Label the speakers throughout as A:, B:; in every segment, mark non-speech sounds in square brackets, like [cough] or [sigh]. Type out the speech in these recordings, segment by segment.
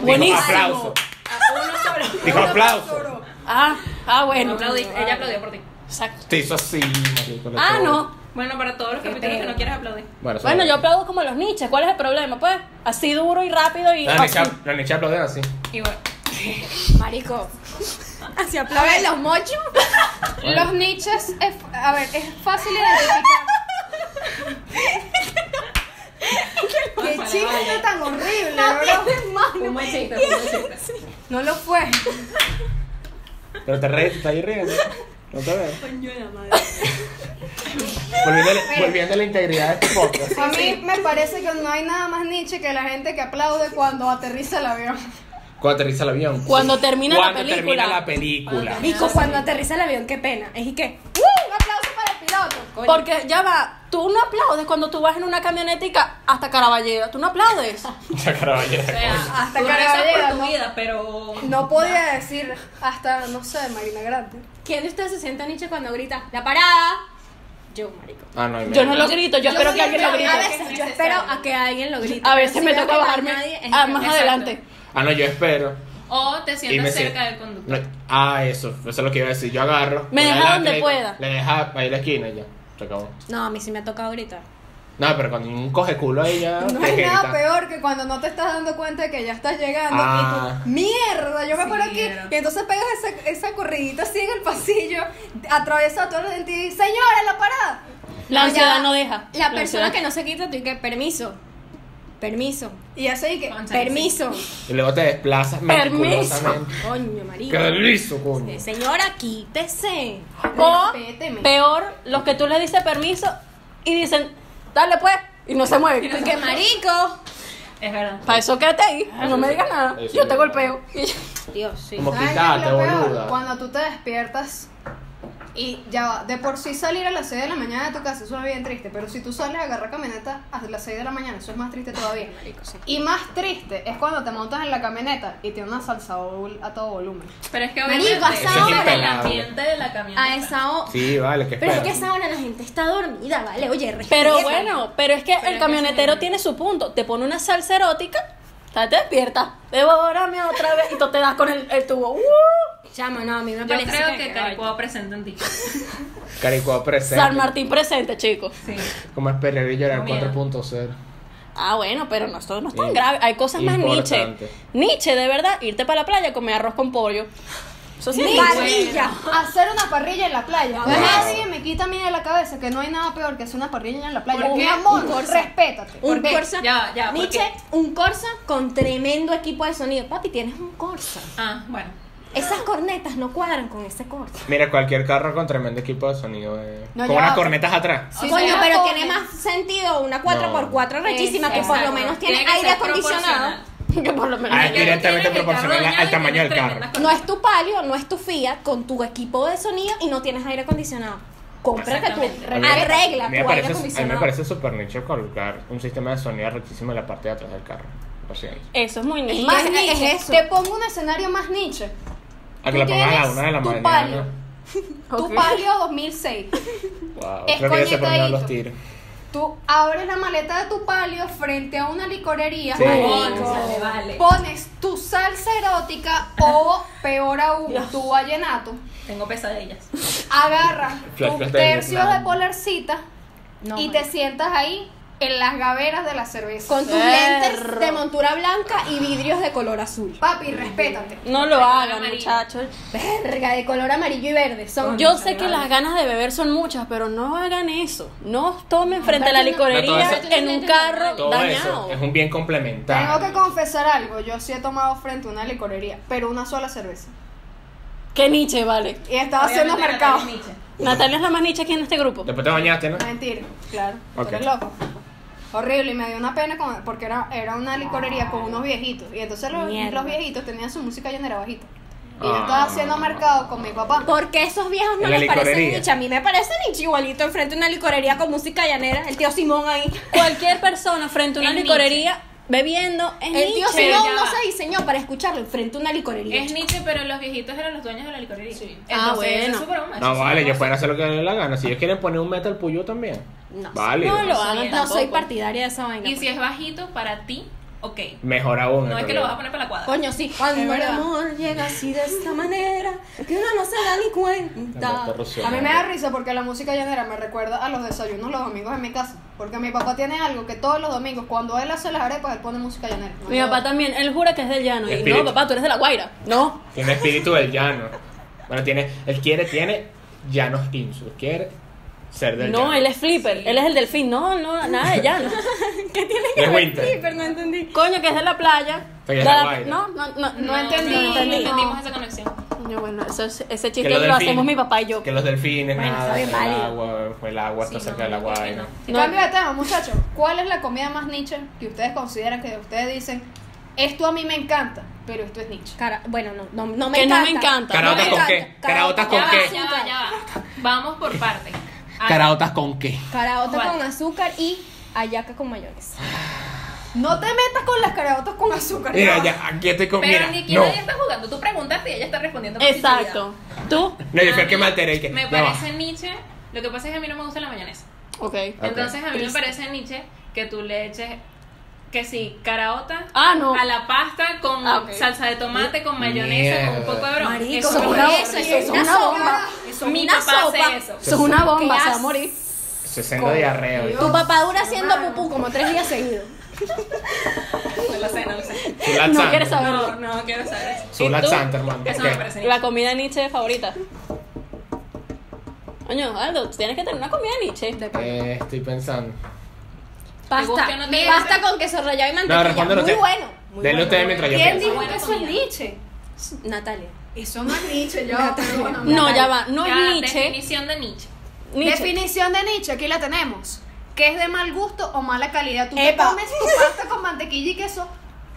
A: Buenísimo.
B: aplauso.
C: Uno solo.
B: Dijo aplauso.
C: Solo.
A: Ah, ah, bueno.
C: Aplaudí, ella aplaudió por ti.
A: Exacto.
B: Te hizo así, marico, lo
A: Ah,
B: todo.
A: no.
C: Bueno, para todos los
A: Qué
C: capítulos que
A: pedo.
C: no quieres aplaudir.
B: Bueno,
A: Bueno,
B: sí.
A: yo aplaudo como los niches. ¿Cuál es el problema? Pues así duro y rápido y.
B: La
A: así.
B: Necha, la Necha aplaudía así.
C: Y bueno.
D: Marico. Así aplauden los mochos. Los niches, es, a ver, es fácil identificar.
E: Qué
C: Vale,
E: chiste
C: vale.
E: tan horrible, bro.
C: Un buen chiste, un buen chiste.
D: No lo fue.
B: Pero te reí, te estás ahí riendo. No te veo.
C: Coño de la madre.
B: Volviendo, a la- volviendo a la integridad de este podcast.
E: A mí me parece que no hay nada más Nietzsche que la gente que aplaude cuando aterriza el avión.
B: Cuando aterriza el avión.
A: Cuando termina la
B: Cuando
A: película.
B: termina la película.
D: Marico, cuando aterriza el avión, qué pena. Es y qué.
E: ¡Uh! Un aplauso para el piloto.
A: Porque ya va, tú no aplaudes cuando tú vas en una camionetica hasta Caraballera. Tú no aplaudes.
B: Ya,
C: O
B: Caraballera.
C: sea,
E: [laughs] Hasta
C: tú rezas
E: Caraballera,
C: por tu
E: ¿no?
C: vida, pero.
E: No podía decir hasta, no sé, Marina Grande.
D: ¿Quién de ustedes se siente Nietzsche cuando grita la parada? Yo, marico.
B: Ah, no, hay
A: Yo no
B: menos.
A: lo grito, yo, espero que alguien lo grite.
D: A
A: A
D: veces yo espero a que alguien lo grite.
A: veces
D: Si
A: me toca
D: veo que no hay
A: bajarme
D: nadie, es
A: ah,
D: que-
A: más
D: Exacto.
A: adelante.
B: Ah, no, yo espero.
C: O te
B: Y me
C: sientas
B: siento-
C: cerca del conductor.
B: No, ah, eso, eso es lo que iba a decir. Yo agarro.
A: Me
B: una
A: deja
B: de
A: donde
B: las-
A: pueda.
B: Le deja ahí la esquina y ya. Se acabó.
D: No, a mí sí me ha tocado gritar.
B: No, pero cuando un coge culo ahí ya.
E: No
B: tienes
E: hay
B: que
E: nada
B: gritar.
E: peor que cuando no te estás dando cuenta de que ya estás llegando y
B: Ah.
E: tú, mierda, yo me acuerdo
C: Sí,
E: que,
C: era.
E: que entonces pegas esa, esa corridita así en el pasillo, atraviesa todo el dente y dices, señora, la parada.
A: La
D: No,
A: ansiedad
D: ya.
A: no deja.
D: La persona
A: ansiedad.
D: que no se quita, tú y que permiso. Permiso.
E: Y así que,
C: Concha,
D: Permiso.
B: Y luego te desplazas meticulosamente.
D: Coño, marico.
B: ¡Qué liso, coño!
D: Eh, Señora, quítese.
A: O
E: Respéteme.
A: peor, los que tú le dices permiso y dicen, dale pues, y no se mueve.
D: Porque marico.
C: Es verdad.
A: Para eso quédate ahí, no me digas nada.
B: Eso
A: Yo
B: es
A: te
B: verdad.
A: golpeo. Y yo-
D: Dios, sí.
B: Como
E: ¿Sabes qué es
B: quítate,
E: lo peor?
B: boluda.
E: Cuando tú te despiertas y ya va, de por sí salir a las 6 de la mañana de tu casa suena bien triste, pero si tú sales a agarrar camioneta a las 6 de la mañana, eso es más triste todavía.
D: [laughs] Marico, sí.
E: Y más triste es cuando te montas en la camioneta y tiene una salsa bowl a todo volumen. [laughs]
C: Pero es que
D: Marico,
C: obviamente
D: a esa
B: hora-
C: el Ah, ambiente de la camioneta.
D: A esa hora.
B: Sí, vale, que
D: Pero es
B: espera.
D: que a esa hora la gente está dormida, ¿vale? Oye, respeta.
A: Pero bueno, pero es que
C: Pero es
A: el
C: que
A: camionetero
C: sí.
A: tiene su punto. Te pone una salsa erótica, estate despierta, devórame otra vez y tú te das con el, el tubo. ¡Uh!
D: Chama, no, a mí me
C: Yo
D: parece
C: creo que
D: ay,
C: Caricuado presenta en ti.
B: Caricuado presente.
A: San Martín presente, chicos.
C: Sí.
B: Como esperar y llorar
C: Tengo miedo.
B: 4.0.
A: Ah, bueno, pero no, esto no es tan
B: Sí.
A: grave. Hay cosas más Nietzsche.
B: Importante.
A: Nietzsche, de verdad, irte para la playa a comer arroz con pollo. Eso sí es
D: Nietzsche.
A: Nietzsche.
D: Parrilla.
E: Hacer una parrilla en la playa.
B: Wow.
E: Nadie me quita a mí de la cabeza que no hay nada peor que hacer una parrilla en la playa.
D: ¿Por
E: Mi
D: qué?
E: amor,
D: Un corsa.
E: respétate.
D: Un
C: qué?
D: Corsa.
C: [laughs] Ya va, ya va, ¿por
D: Nietzsche, un Corsa con tremendo equipo de sonido. Papi, tienes un Corsa.
C: Ah, bueno.
D: Esas cornetas no cuadran con ese Corsa.
B: Mira, cualquier carro con tremendo equipo de sonido. eh,
E: No,
B: con
E: ya
B: unas
E: va.
B: cornetas atrás.
E: Sí,
D: Coño,
E: señora,
D: pero
E: pobre.
D: tiene más sentido una 4x4 rechísima que por lo
C: Exacto.
D: menos tiene,
C: que
D: aire
C: ser
D: acondicionado.
C: proporcional.
A: Que por lo menos.
B: Ah, es
C: Porque
B: directamente
C: tú tienes el carro
B: proporcional
C: dañado
B: al
C: y
B: tamaño del
C: tienes
B: carro.
C: tremendas
D: No es tu palio, no es tu Fiat con tu equipo de sonido y no tienes aire acondicionado. Cómprate tu,
C: Exactamente.
B: A mí me-
D: arregla
B: a
D: tu
B: mí me parece,
D: aire
B: a mí me
D: acondicionado.
B: parece súper nicho colocar un sistema de sonido rechísimo en la parte de atrás del carro. Lo siento.
A: Eso es muy Nietzsche. eh,
E: Más
D: Es
E: Nietzsche.
D: Nietzsche, eso.
E: Te pongo un escenario más Nietzsche.
B: A que
E: Tú
B: la pongas a la
E: tienes
B: una de la
E: tu palio.
B: mañana.
E: Tu palio 2006.
B: Wow,
E: Es
B: creo que ya se ponían
E: conectadito.
B: los tiros.
E: Tú abres la maleta de tu palio frente a una licorería.
B: Sí.
C: Concha,
B: Marico.
C: le vale.
E: Pones tu salsa erótica o, peor aún, tu vallenato.
C: Tengo pesadillas.
E: Agarras
B: Flashback
E: tus
B: de
E: tercios de
B: Vietnam.
E: polarcita
D: No,
E: y te sientas ahí en las gaveras de la cerveza.
D: Con tus lentes de montura blanca y vidrios de color azul.
E: Papi, respétate.
A: No lo hagan,
C: amarillo.
A: muchachos.
D: Verga, de color amarillo y verde. Son
A: Yo
C: Muchas
A: sé que
C: gracias.
A: las ganas de beber son muchas, pero no hagan eso. No tomen frente a la
D: no.
B: No,
A: licorería
B: todo eso-
A: en un carro
B: Todo
A: dañado.
B: eso es un bien complementario.
E: Tengo que confesar algo. Yo sí he tomado frente a una licorería, pero una sola cerveza.
A: Que Nietzsche, vale.
E: Y estaba haciendo
C: Obviamente,
E: mercado.
C: Natalia Nietzsche.
A: Natalia es la más Nietzsche aquí en este grupo.
B: Después te bañaste, ¿no?
E: Mentira, claro. tú
B: Ok.
E: eres loco. Horrible, y me dio una pena con- porque era, era una licorería con unos viejitos. Y entonces los,
D: Mierda.
E: los viejitos tenían su música llanera bajita. Y
B: Ah.
E: yo estaba haciendo mercado con mi papá.
D: Porque esos viejos no
B: En la
D: les parecen
B: licorería.
D: Nietzsche. A mí me parece Nietzsche igualito enfrente de una licorería con música llanera. El tío Simón ahí.
A: Cualquier persona frente a una
C: Es
A: licorería bebiendo es
D: El tío
A: Nietzsche.
D: Simón
C: ya
D: no
C: va.
D: se diseñó para escucharlo enfrente de una licorería.
C: Es Nietzsche, pero los viejitos eran los dueños de la licorería. Sí.
A: Ah, bueno.
B: No, vale, yo pueden hacer lo que les dé la gana. Si ellos quieren poner un metal puyo también.
D: No,
B: Vale.
A: No lo
D: No
A: hagan
D: soy
A: tampoco.
D: partidaria de esa vaina. pues
C: Y si es bajito para ti, ok.
B: Mejor aún. en
C: No es que lo vas
B: realidad.
C: a poner para la cuadra.
A: Coño, sí.
D: Es
A: Cuando el
D: verdad.
A: amor llega así de esta manera, que uno no se da ni cuenta.
B: Andarte roció,
E: A mí me
B: madre.
E: da risa porque la música llanera me recuerda a los desayunos los domingos en mi casa. Porque mi papá tiene algo que todos los domingos, cuando él hace las arepas, él pone música llanera. No
A: Mi
E: yo-
A: papá también, él jura que es del llano. Y
B: Espíritu.
A: no, papá, tú eres de la Guaira. No.
B: Tiene espíritu del llano. Bueno, tiene. Él quiere, tiene llanos insus. Quiere ser del llano.
A: No, él es flipper, él es el delfín. No, no, nada
B: [laughs]
A: de llano.
B: Es Winter.
D: pero no entendí.
A: Coño, que es de la playa.
B: Pero es
A: De
B: la
A: la-
B: Guaira.
A: no, no, no, no,
C: No,
A: entendí.
C: No,
A: No, entendí.
C: entendimos esa conexión.
A: Coño, bueno, eso es- ese
B: Que
A: chiste
B: los
A: lo,
B: delfines-
A: hacemos mi papá y yo.
B: Que los delfines,
A: Bueno,
B: nada,
A: sabe
B: el
A: válido.
B: agua, el agua está
C: Sí,
B: cerca
C: no,
B: de la
C: no,
B: guaira.
C: no.
A: No.
E: Cambio de tema, muchachos. ¿Cuál es la comida más niche que ustedes consideran que ustedes dicen, esto a mí me encanta, pero esto es niche?
D: Cara, bueno, no, no, no me
A: Que no
D: encanta.
A: me encanta.
B: Caraotas
D: No me
B: con qué,
D: encanta.
B: caraotas
C: Ya
B: con
C: va,
B: qué,
C: ya va, ya va. Vamos por partes. Ah,
B: caraotas con qué.
D: Caraota
C: ¿Cuál?
D: con azúcar y ayaca con mayonesa.
E: No te metas con las caraotas con azúcar.
B: Mira,
E: no.
B: ya, aquí estoy con.
C: Pero
B: Mira,
C: ni quién
B: no.
C: nadie está jugando. Tú preguntaste y ella está respondiendo. con
A: Exacto. ¿Tú?
B: No, yo
C: sinceridad.
B: fui el que
C: A
B: me
C: mí
B: alteré. y Que,
C: Me
B: no.
C: parece Nietzsche. Lo que pasa es que a mí no me gusta la mayonesa.
A: Ok.
C: Entonces a mí me
A: Triste.
C: parece Nietzsche que tú le eches que sí, caraota
A: Ah, no.
C: a la pasta con
A: Ah, ok.
C: salsa de tomate, con mayonesa, con un
B: Mierda.
C: poco de broma.
A: Marico,
C: Eso
A: eso es
C: me
A: una
C: parece
A: eso
C: horrible.
A: es una bomba.
C: Eso
A: Mi
C: mi
A: una
C: papá hace
A: sopa.
C: eso.
A: Eso es una bomba,
D: Qué
A: se va a
D: asco.
A: morir.
B: 60 diarrea. oye.
D: Tu papá dura haciendo pupú como tres días [laughs] seguidos.
C: No lo sé, no lo sé.
B: Su laxante.
A: No quieres saber.
C: No, no quiero saber eso.
B: Su
C: ¿Y tú?
B: laxante, hermano.
C: Eso
B: Ok.
C: me parece
A: La comida Nietzsche favorita. Coño, Aldo, tienes que tener una comida Nietzsche.
B: Eh, estoy pensando.
C: gusta o
D: Pasta,
C: no te
D: mi
C: gusta?
D: pasta con queso rallado y
B: No,
D: mantequilla.
B: respóndelo
D: muy
B: usted.
D: bueno. Muy
B: Denle
D: bueno.
B: ustedes mientras yo
D: ¿Quién
B: pienso.
D: dijo
C: Buena
D: que eso es
C: comida.
D: Nietzsche? Natalia.
E: Eso no es niche, yo.
A: No, ya va, no
C: La
A: es Nietzsche.
C: definición de Nietzsche.
A: Nietzsche.
E: Definición de niche, aquí la tenemos. ¿Qué es de mal gusto o mala calidad? Tú te
D: Epa.
E: comes tu pasta con mantequilla y queso.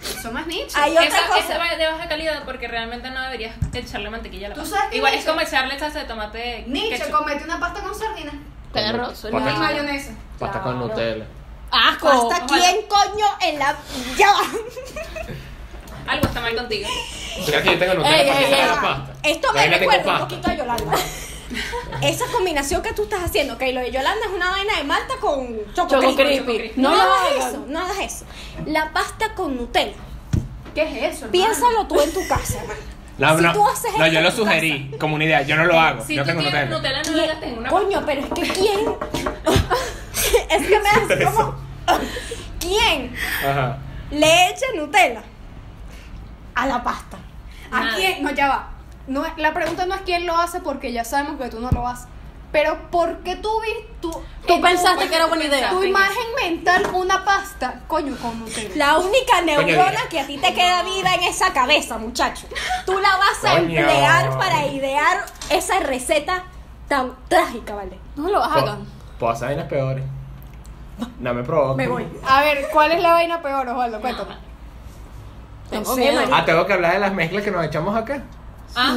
E: Eso no es niche.
D: Hay otra
C: esa,
D: cosa.
C: esa va de baja calidad porque realmente no deberías echarle mantequilla a la
E: ¿Tú
C: pasta.
E: sabes que
C: Igual es
E: Nietzsche-
C: como echarle salsa de tomate.
E: Niche,
C: ketchup.
E: Eh, comete una pasta con sardinas
A: Perro,
B: Pasta
A: soy
E: y
B: con-
E: mayonesa.
B: Pasta con Nutella.
A: Asco.
C: ojalá.
D: ¿Pasta quién [laughs] coño en la... Ya va.
C: Algo está mal contigo.
B: ¿Será que yo tengo Nutella
A: Ey,
B: para que
A: ey,
B: sea
A: ey.
B: la pasta?
D: Esto me
B: Imagínate con
D: recuerda un
B: pasta.
D: poquito a
B: [laughs]
D: Yolanda. Esa combinación que tú estás haciendo, que lo de Yolanda es una vaina de malta con choco,
A: Choco
D: crispy.
A: crispy.
C: crispy.
D: No,
A: No lo
D: hagas
A: hagas.
D: eso, no hagas eso. La pasta con Nutella.
E: ¿Qué es eso? hermano?
D: Piénsalo tú en tu [laughs] casa, hermano.
B: No,
D: Si
B: no,
D: tú haces
B: no,
D: esto
B: yo
D: en
B: lo
D: tu
B: sugerí como una idea. Yo no lo hago.
C: Si
B: yo
C: tú
B: tengo
C: tienes
B: Nutella.
C: Nutella, no
D: ¿Quién-
C: le das en una
D: Coño, pero es que quién. [laughs] es que me hace como. ¿Quién
B: Ajá.
D: le echa Nutella a la pasta?
E: ¿A
C: Nadie.
E: quién? No, ya va. No, es- la pregunta no es quién lo hace porque ya sabemos que tú no lo haces. Pero ¿por qué tú viste tú,
A: Tú
E: en
A: pensaste
E: tu-
A: que era buena idea.
E: Tu
C: Pensaste.
E: imagen mental, una pasta, coño, como te
D: La única neurona
B: mira.
D: que a ti te queda viva en esa cabeza, muchacho. Tú la vas a
B: Coño.
D: emplear para idear esa receta tan trágica, ¿vale?
A: No lo
B: Puedo
A: hagan.
B: puedo hacer vainas peores. No me provoques.
D: Me voy.
E: A ver, ¿cuál es la vaina peor, Osvaldo? Cuéntame.
A: Tengo
D: sé,
A: miedo.
D: marico.
B: Ah, tengo que hablar de las mezclas que nos echamos acá.
C: Ah,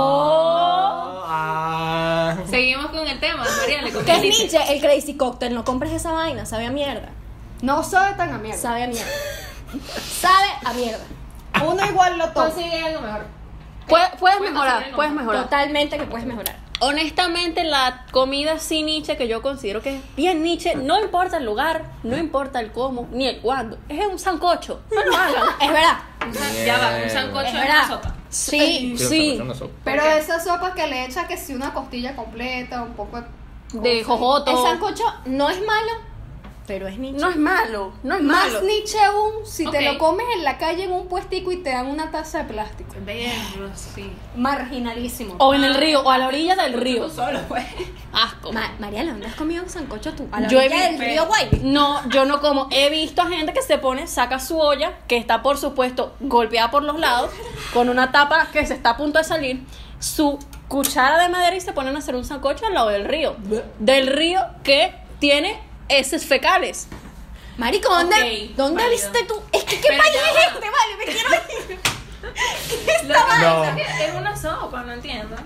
A: No.
B: Ah.
C: Seguimos con el tema, María, le
D: ¿Qué es Nietzsche? El Crazy Cocktail. No compres esa vaina, sabe a mierda.
E: No sabe tan a mierda.
D: Sabe a mierda. sabe a mierda.
E: Uno igual lo toma.
C: Consigue algo mejor.
A: Puedes, puedes
C: Puedes
A: mejorar,
C: hacer el
A: puedes
C: nombre.
A: mejorar.
D: Totalmente que puedes mejorar.
A: Honestamente, la comida sin niche que yo considero que es bien niche, no importa el lugar, no importa el cómo, ni el cuándo. Es un sancocho. No lo hagan.
D: Es verdad.
C: Un san- Ya va,
B: Eh,
C: un sancocho
D: Es
C: en una
D: verdad.
C: sopa.
A: Sí,
B: Sí,
A: sí.
B: se me hizo una sopa.
E: Pero esas sopas que le echa que si una costilla completa, un poco
A: De
D: El
A: jojoto.
D: sancocho no es malo, pero es nicho.
A: No es malo, no es
E: Más
A: malo.
E: niche aún, si te
C: Ok.
E: lo comes en la calle en un puestico y te dan una taza de plástico.
C: Verlo, sí.
D: Marginalísimo.
A: O en el río, o a la orilla del río.
C: Tú solo, pues.
A: Asco.
D: Ma- María León, ¿has comido un sancocho tú? A la
A: Yo he
D: orilla del
A: visto-
D: río Guaybe.
A: No, yo no como. He visto a gente que se pone, saca su olla, que está por supuesto golpeada por los lados, con una tapa que se está a punto de salir, su cuchara de madera y se ponen a hacer un sancocho al lado del río. Del río que tiene heces fecales.
D: Marico, ¿dónde,
C: Ok,
D: ¿dónde
C: válido.
D: viste tú? Es que qué
C: Pero
D: país
C: ya
D: es
C: va.
D: [laughs] este, vale, me quiero ir.
C: Lo que pasa
B: No.
C: es que es una sopa, no entiendo.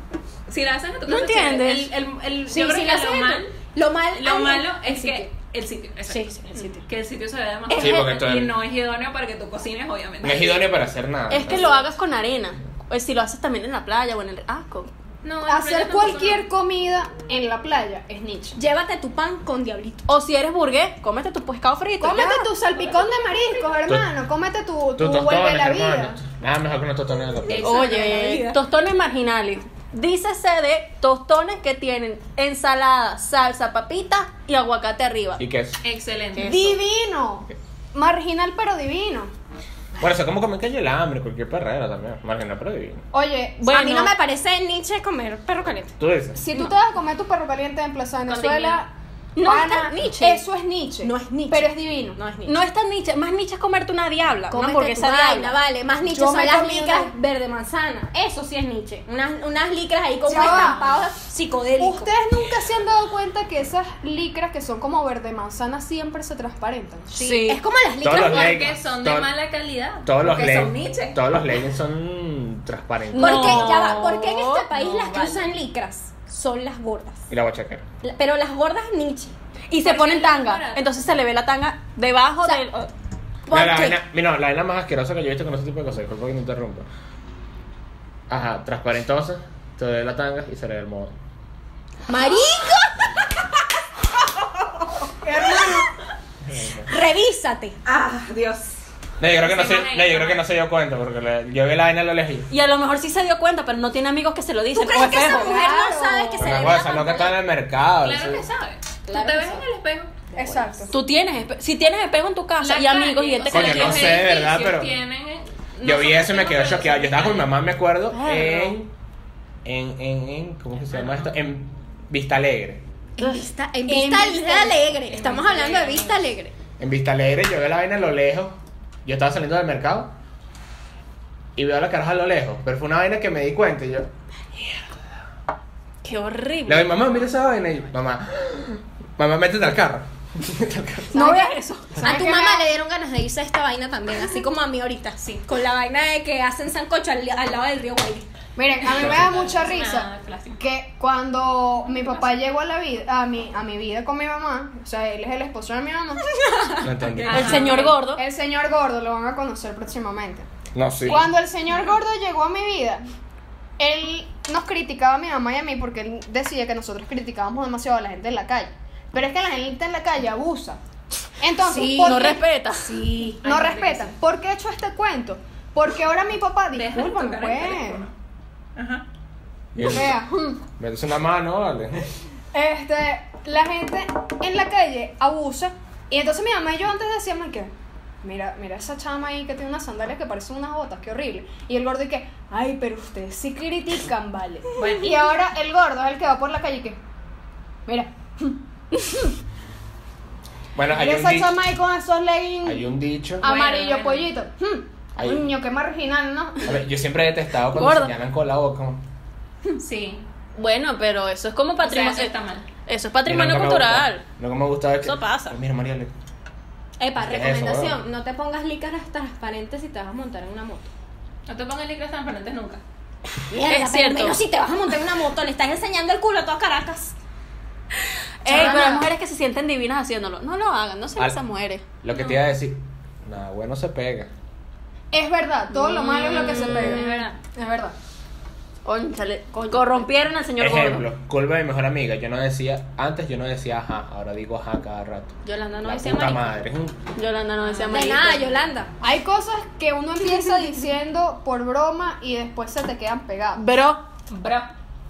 C: Si la haces en tu
A: No
C: casa, chévere.
A: entiendes.
C: El, el, el,
D: Sí,
C: yo creo
D: sí,
C: que
D: la
C: lo,
D: hacen.
C: mal,
D: Lo mal.
C: lo
D: ay,
C: malo es
D: sitio.
C: que el sitio. exacto,
A: Sí, el sitio.
C: Que el sitio se vea
B: Sí, porque tú
C: demasiado. Y
B: eres-
C: no es idóneo para que tú cocines,
B: No
C: obviamente.
B: es idóneo para hacer nada.
A: Es que lo hagas con arena. O si lo haces también en la playa o en el. Asco.
D: No, en playa
E: [laughs] Hacer
D: tampoco
E: cualquier
D: no.
E: comida en la playa es niche.
A: Llévate tu pan con diablito. O si eres burgués, cómete tu pescado frito.
E: Cómete
A: ya.
E: tu salpicón de mariscos, hermano. Cómete tu, tu
B: Tus
E: vuelve
B: tostones,
E: la
B: hermano.
E: vida.
B: Nada mejor que unos tostones de la playa.
A: Oye, tostones marginales. Dícese de tostones que tienen ensalada, salsa, papita y aguacate arriba.
B: ¿Y qué es?
C: Excelente.
A: Eso.
E: Divino. Marginal pero divino.
B: Bueno, se como comer calle el hambre, cualquier perrera también. Marginal, pero divino.
E: Oye,
A: Bueno.
D: A mí no me parece niche comer perro caliente.
B: Tú dices.
E: si tú te vas a comer tu perro caliente en Plaza Venezuela,
A: No
E: pana,
A: está niche.
E: Eso es niche.
A: No es niche.
E: Pero es divino.
D: No es niche.
A: No es tan niche, más niche es comerte una diabla.
E: Cómete
A: una hamburguesa
E: tu
A: diabla.
E: vaina,
D: vale. Más niche
E: Yo
D: son
E: me
D: las
E: comí
D: licras
E: una-
D: verde manzana. Eso sí es niche. Unas, unas licras ahí con
E: Ya
D: unos
E: va.
D: estampados psicodélicos.
E: Ustedes nunca se han dado cuenta que esas licras que son como verde manzana siempre se transparentan.
A: Sí.
D: Es como las
B: Todos
D: licras.
B: los
C: Porque
B: leggings.
C: son de
B: to-
C: mala calidad.
B: Todos los
C: Porque son
B: leggings.
C: niche.
B: Todos los leggings son transparentes.
D: ¿Por qué?
A: No,
D: Ya va. ¿Por qué en este país
A: no,
D: las que
A: vale.
D: usan licras son las gordas?
B: Y la guachaquera.
D: La- Pero las gordas niche.
A: Y se
C: Porque
A: ponen
C: es la
A: tanga.
C: barata.
A: Entonces se le ve la tanga debajo
D: O sea,
A: del.
D: ¿Por
B: Mira, la
D: qué?
B: vaina, mira, la vaina más asquerosa que yo he visto con ese tipo de cosas, disculpa que te interrumpa. Ajá, transparentosa, te ve la tanga y se le ve el modo.
C: [laughs]
D: ¡Marico! Revísate.
C: Ah, Dios.
B: No, yo creo que no
C: Sí,
B: se,
C: más
B: no, yo
C: ahí,
B: creo que no
C: más
B: se dio cuenta porque le- yo vi la vaina y lo elegí.
A: Y a lo mejor sí se dio cuenta, pero no tiene amigos que se lo
D: ¿Tú
A: dicen. o
D: crees que esa
A: espejo.
D: mujer no
E: Claro.
D: sabe que se
B: Pero
D: le ve
B: no,
D: la
B: esa loca
D: pantorrilla?
B: está en el mercado.
C: Claro que
B: eso-
C: sabes.
D: Claro
C: Tú te
D: que
C: ves
D: sabes.
C: en el espejo.
E: Exacto.
A: Tú tienes, espe- si tienes espejo en tu casa
C: La
A: y amigos y este
C: calle,
A: gente
C: o sea,
A: que lo
B: Coño, no
C: los
A: tiene.
B: sé, ¿verdad?
C: edificios
B: Pero
C: tienen- eh,
B: Yo
C: no
B: vi
C: son
B: eso y me quedé
C: espejo,
B: choqueado. Yo estaba con mi mamá, me acuerdo,
A: Claro.
B: en, en, en, en, ¿cómo que se llama esto? En Vista Alegre.
D: En vista, en
A: En
D: vista,
A: vista
D: alegre. Estamos hablando de vista alegre.
B: En Vista Alegre yo veo la vaina a lo lejos. Yo estaba saliendo del mercado y veo a la caraja a lo lejos. Pero fue una vaina que me di cuenta y yo.
A: Qué
B: Le
A: horrible.
B: doy, mamá, mira esa vaina. Y yo, mamá, mamá, métete al carro.
A: No veas eso.
D: A
E: ¿Sabes
D: tu
E: qué
D: mamá
E: me-
D: le dieron ganas de irse a esta vaina también, así como a mí ahorita. Sí. Con la vaina de que hacen sancocho al, al lado del río Guayri.
E: Miren, a mí me da mucha
C: Nada,
E: risa
C: clásico.
E: que cuando mi papá llegó a la vida, a mi, a mi vida con mi mamá, o sea, él es el esposo de mi
D: [laughs]
E: mamá,
B: No entendí.
C: Ajá.
A: El señor gordo.
E: el señor gordo lo van a conocer próximamente.
B: No, sí.
E: Cuando el señor gordo llegó a mi vida, él nos criticaba a mi mamá y a mí porque él decía que nosotros criticábamos demasiado a la gente en la calle. Pero es que la gente en la calle abusa. Entonces,
A: Sí,
E: ¿por
A: no
E: qué-
A: respeta.
D: Sí.
E: No
C: Ay, no
E: respetan. ¿Por qué he hecho este cuento? Porque ahora mi papá,
C: Deja de
E: discúlpame,
C: tocar el
E: pues.
C: teléfono. Ajá.
B: Y él,
E: Vea, hmm.
B: Métese una mano, vale.
E: Este, la gente en la calle abusa. Y entonces mi mamá y yo antes decíamos que, mira, mira esa chama ahí que tiene unas sandalias que parecen unas botas, qué horrible. Y el gordo y que, ay, pero ustedes sí critican, vale.
C: Bueno.
E: Y ahora el gordo es el que va por la calle y que, mira,
B: Bueno, hay
E: mira
B: un,
E: esa
B: dicho,
E: chama ahí con esos
B: hay
E: leggings
B: un dicho.
C: Ah.
E: amarillo
C: Bueno, bueno.
E: pollito. Hmm,
B: Hay-
E: Coño, qué marginal, ¿no?
B: A ver, yo siempre he detestado cuando
A: Gordo.
B: señalan con la boca. como,
C: Sí.
A: Bueno, pero eso es como
C: O sea,
A: patrimonio.
C: eso está mal.
A: eso es
B: "Mira,
A: patrimonio
B: nunca me
A: cultural.
B: gustó, Nunca me gustaba que.
A: Eso pasa.
B: Mira, María, le-
D: Epa,
B: ¿Qué es eso,
D: recomendación:
B: weón?
D: no te pongas lícaras transparentes si te vas a montar en una moto.
C: No te pongas licras transparentes nunca.
D: Mierda, pero
A: cierto.
D: menos si te vas a montar en una moto, le estás enseñando el culo a todas [laughs] Caracas.
A: Ey,
E: Chama.
A: pero hay mujeres que se sienten divinas haciéndolo. No lo hagan, no sean
B: Al-
A: esas mujeres.
B: Lo que te iba a decir. Nada, bueno, se pega.
E: Es verdad, todo lo malo es lo que se pega.
A: es verdad.
E: Es verdad.
A: Cónchale, corrompieron al señor
B: Ejemplo,
A: gordo.
B: culpa de mi mejor amiga. Yo no decía. Antes yo no decía ajá. Ahora digo ajá cada rato.
A: Yolanda no
B: la
A: decía
B: puta
A: marico.
B: madre.
A: Yolanda no decía
D: De
A: marico.
D: nada, Yolanda.
E: Hay cosas que uno empieza diciendo por broma y después se te quedan pegadas.
A: Bro,
C: Bro.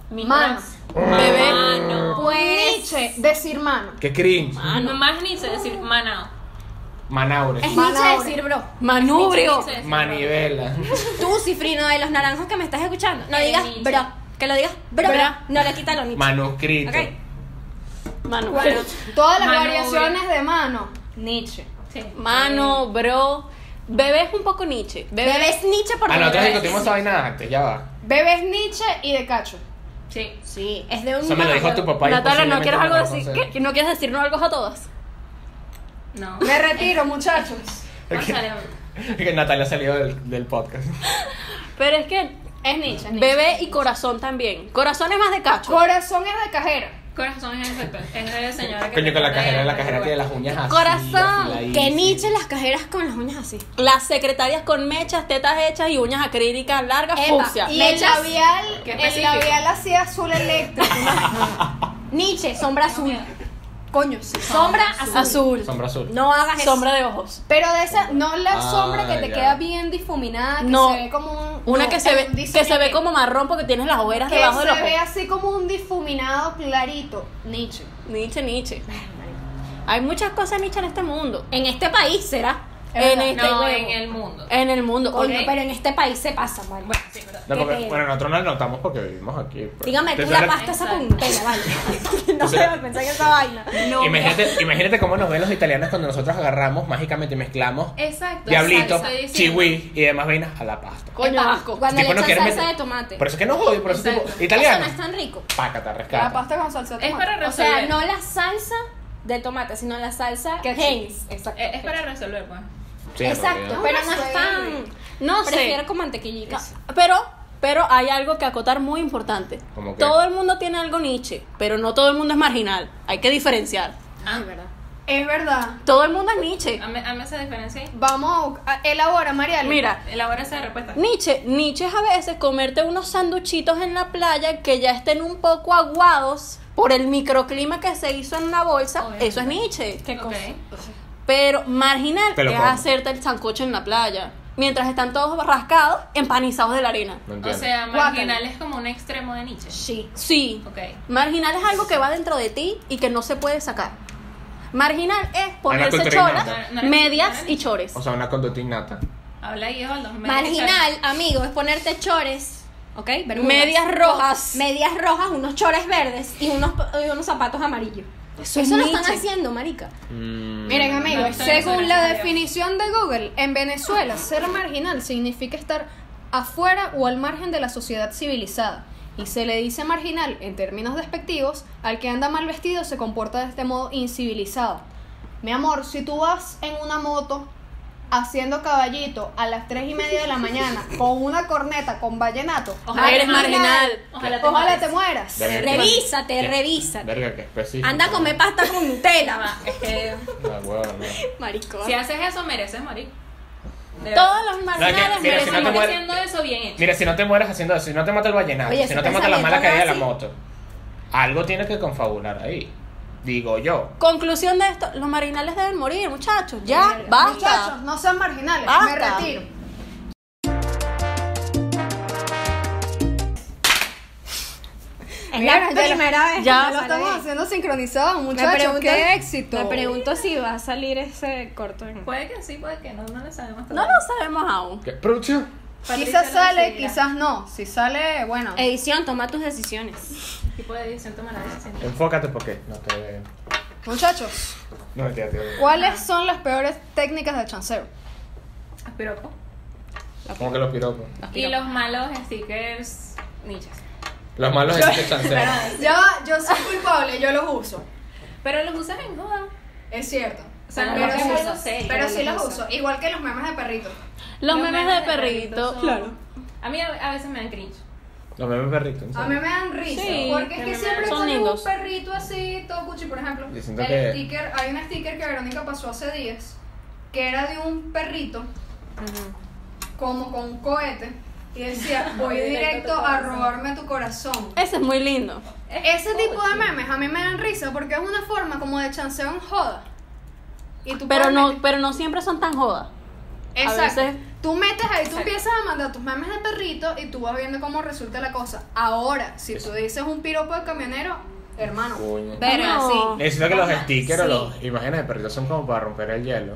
C: Mis
E: Mano,
C: bros.
A: bebé.
C: Ah, Mano.
D: Pues.
E: Nietzsche, decir mano.
B: Qué cringe.
A: Ah.
C: Mano. Más ni se decir manao.
B: Manaure.
D: Es
E: Manaure.
D: niche decir, bro.
A: Manubrio.
C: Nietzsche decir
B: Manivela.
D: Tú, cifrino de los naranjos que me estás escuchando, no
C: Eh,
D: digas
C: Nietzsche.
D: bro. Que lo digas bro.
A: Bra.
D: No le quita lo nicho.
B: Manuscrito.
D: Ok.
A: Mano.
E: Todas las
C: Mano,
E: variaciones de mano.
D: Nietzsche.
C: Sí.
A: Mano, bro. Bebé es un poco Nietzsche. Bebé,
D: Bebé es Nietzsche por
B: Ah, nosotros
A: eh,
D: primera vez.
B: discutimos esa vaina antes, ya va.
E: Bebes Nietzsche y de cacho.
C: Sí.
D: Sí, es de un.
B: Eso me lo dijo tu papá. y
A: Natalia, ¿no
B: posiblemente
A: quieres
B: me
A: algo
B: lo
A: decir?
B: conceda.
A: ¿Qué? ¿No quieres decirnos algo a todas?
C: No.
E: Me retiro, muchachos.
C: Gonzalo,
B: [laughs] Que Natalia salió del, del podcast.
A: Pero es que
E: Es Nietzsche. es Nietzsche.
A: bebé y corazón también. Corazón es más de cacho.
E: Corazón es de cajera.
C: Corazón es el, es el señor que
B: Coño,
C: te
B: con la
C: protege,
B: cajera, la
C: te
B: cajera tiene
C: recuerda.
B: las uñas así.
D: Corazón. Que
B: afiladísimas.
D: Nietzsche las cajeras con las uñas así.
A: Las secretarias con mechas, tetas hechas y uñas acrílicas largas,
D: Epa,
A: fucsia.
D: y-
E: Y el
D: Mechas.
E: labial,
C: Qué
E: el
C: específico.
E: labial así azul eléctrico.
A: [laughs]
D: Nietzsche, sombra azul.
E: Coño, sí.
D: Sombra azul.
A: Azul.
B: Sombra azul.
D: No hagas eso.
A: Sombra de ojos.
E: Pero de esa, no la
B: Ah,
E: sombra que te
B: ya.
E: queda bien difuminada, que
A: No.
E: se ve como un.
A: Una
E: no,
A: que se ve
E: un
A: que se ve como marrón porque tienes las
E: Que
A: hogueras
E: se
A: debajo de los
E: ve
A: ojos.
E: así como un difuminado clarito. Nietzsche.
A: Nietzsche, Nietzsche. Hay muchas cosas Nietzsche en este mundo.
D: En este país será.
E: Es
A: En
E: verdad.
A: este
C: No,
A: huevo. Eh,
C: en el mundo.
A: En el mundo.
D: Coño,
A: Oye,
D: pero en este país se pasa, vale.
C: Bueno, sí, verdad.
B: No,
D: Qué
B: porque-
D: pena.
B: bueno, nosotros nos notamos porque vivimos aquí. pues.
D: Dígame
B: Te
D: tú la
B: suena-
D: pasta esa con pelo, vale. [laughs] no
B: Te
D: me
B: suena-
D: a pensar en esa vaina.
C: No,
B: Imagínate, imagínate cómo nos ven los italianos cuando nosotros agarramos mágicamente y mezclamos
C: Exacto.
B: diablito,
C: exacto, Eh, pues, estoy diciendo.
B: chiwi y demás vainas a la pasta.
A: coño,
D: Epa,
A: asco.
D: Cuando le
B: Tipo, no
D: echan
B: quiere
D: salsa
B: meter-
D: de tomate.
B: Por eso es que no jodió, por eso es
C: Exacto.
B: tipo
D: Eso no es
B: italiano.
D: tan rico.
B: Pácata,
E: La
B: rescata.
E: pasta con salsa de
C: Es
E: tomate.
C: para
D: O sea,
C: resolver.
D: no la salsa del tomate, sino la salsa
E: Que
D: Heinz. Exacto.
C: Es es para resolver, pues.
B: Sí,
D: Exacto,
B: en realidad.
D: pero no es tan.
A: No sé.
D: Prefiero con mantequillita.
A: Pero, pero hay algo que acotar muy importante.
B: ¿Cómo qué?
A: Todo el mundo tiene algo Nietzsche, pero no todo el mundo es marginal. Hay que diferenciar.
C: Ah,
E: Es verdad.
A: Todo el mundo es Nietzsche.
C: hazme hazme esa diferencia ahí.
E: Vamos a buscar- elabora, María.
A: Mira,
C: Elabora esa respuesta.
A: Nietzsche, Nietzsche es a veces comerte unos sanduchitos en la playa que ya estén un poco aguados por el microclima que se hizo en una bolsa.
C: Obviamente.
A: Eso es Nietzsche.
C: Ok.
A: Pero marginal
B: Te lo
A: es
B: como.
A: hacerte el sancocho en la playa. Mientras están todos rascados, empanizados de la arena.
B: No
C: O
B: entiendo.
C: sea,
E: Guácala.
C: marginal es como un extremo de Nietzsche.
D: Sí.
A: Sí.
C: Ok.
A: Marginal es algo que va dentro de ti y que no se puede sacar. Marginal es ponerse
B: cultura
A: cholas,
C: innata. No, no,
A: medias
C: no, no.
A: y chores.
B: O sea, una conducta innata.
C: Habla ahí, Osvaldo. Me
D: Marginal, amigo, es ponerte chores, ¿ok? Bermudas.
A: Medias rojas.
D: Medias rojas, unos chores verdes y unos, y unos zapatos amarillos.
A: Eso
D: Eso,
A: es
D: lo están
A: Nietzsche.
D: haciendo, marica.
B: Mm.
E: Miren amigos,
C: No, esto no
E: según
C: suena
E: la
C: serio.
E: definición de Google, en Venezuela ser marginal significa estar afuera o al margen de la sociedad civilizada. Y se le dice marginal, en términos despectivos, al que anda mal vestido se comporta de este modo incivilizado. Mi amor, si tú vas en una moto haciendo caballito a las 3 y media de la mañana con una corneta con vallenato,
A: Ojalá eres marginal.
C: Ojalá te
E: ojalá te
C: mueras.
E: mueras.
B: Verga, qué-
D: Revísate,
B: qué-
D: revísate.
B: Verga, que específico.
D: Anda a comer pasta con
C: Ya
D: Nutella,
C: va,
A: [laughs]
C: es que
B: Ah, huevo, no.
D: maricón.
C: si haces eso, mereces morir. De verdad.
A: Todos los
B: No, es
A: marginales
B: que- mira,
A: merecen
B: si
C: Mereces
B: no te
A: morir.
C: morir
B: mueres-
C: haciendo eso bien hecho.
B: Mira, si no te mueres haciendo eso, si no te mata el vallenato,
D: Oye,
B: si
D: ese
B: no te mata la
D: pensamiento
B: mala caída de la
D: nazi.
B: moto, algo tiene que confabular ahí. Digo yo.
A: Conclusión de esto, los marginales deben morir, muchachos. Ya,
E: Verga.
A: basta.
E: Eh, Muchachos, no sean marginales,
A: Basta.
E: me retiro.
D: Es
E: Mira,
D: la
E: ya lo-
D: primera
A: ya
D: vez.
E: Ya lo estamos haciendo sincronizado,
D: Me
E: muchachos.
D: pregunto,
E: ¡Qué éxito!
D: me pregunto si va a salir ese corto. en-
C: Puede que sí, puede que no, no lo sabemos
A: No
C: todavía.
A: lo sabemos aún.
B: ¿Qué? ¿Producción?
C: Patricia
E: Quizás
C: lo
E: sale,
C: decidirá.
E: quizás no. Si sale, bueno.
A: Eh.
D: Edición, toma tus decisiones.
C: Tipo de edición toma la decisión.
B: Enfócate porque no te veo.
E: Muchachos,
B: No mentira, te veo.
E: ¿cuáles son las peores técnicas de chanceo?
C: Piropo.
B: Como que los piropos.
C: Y los malos stickers nichas.
B: Los malos es que chancean.
E: Yo, yo soy culpable, yo los uso.
C: Pero los usas en joda.
E: Es cierto.
C: O sea, no
E: pero,
C: los
E: sí,
C: uso, sí,
E: pero
C: no
E: sí
C: los
E: los
C: uso.
E: uso. Igual que los memes de perritos.
A: Los, memes, de perrito.
C: perritos A mí a, a veces me dan cringe.
B: Los memes perritos. en
E: A
B: serio.
E: mí me dan risa.
A: Sí,
E: porque
C: que
E: es que
C: me-
E: siempre
A: son
E: ponen un
A: lindos.
E: perrito así, todo cuchi, por ejemplo.
B: Yo siento
E: el
B: que-
E: sticker, hay un sticker que Verónica pasó hace días, que era de un perrito, como con un cohete, y
A: [laughs]
E: decía, voy
C: Directo
E: directo
C: a tu
E: a
C: corazón".
E: robarme tu corazón.
A: Ese es muy lindo.
E: Ese tipo de memes a mí me dan risa porque es una forma como de chanceo en joda. Y tú
A: Pero
E: puedes
A: no,
E: meter-
A: pero no siempre son tan jodas.
E: Exacto.
A: veces-
E: Tú metes ahí, tú
C: Exacto.
E: empiezas a mandar tus memes de perrito y tú vas viendo cómo resulta la cosa. Ahora, si tú dices un piropo de camionero, hermano.
B: Coño.
D: Verga,
A: No.
D: sí.
B: Necesito que los
C: Ajá,
B: stickers
D: sí.
B: o las imágenes de perritos son como para romper el hielo.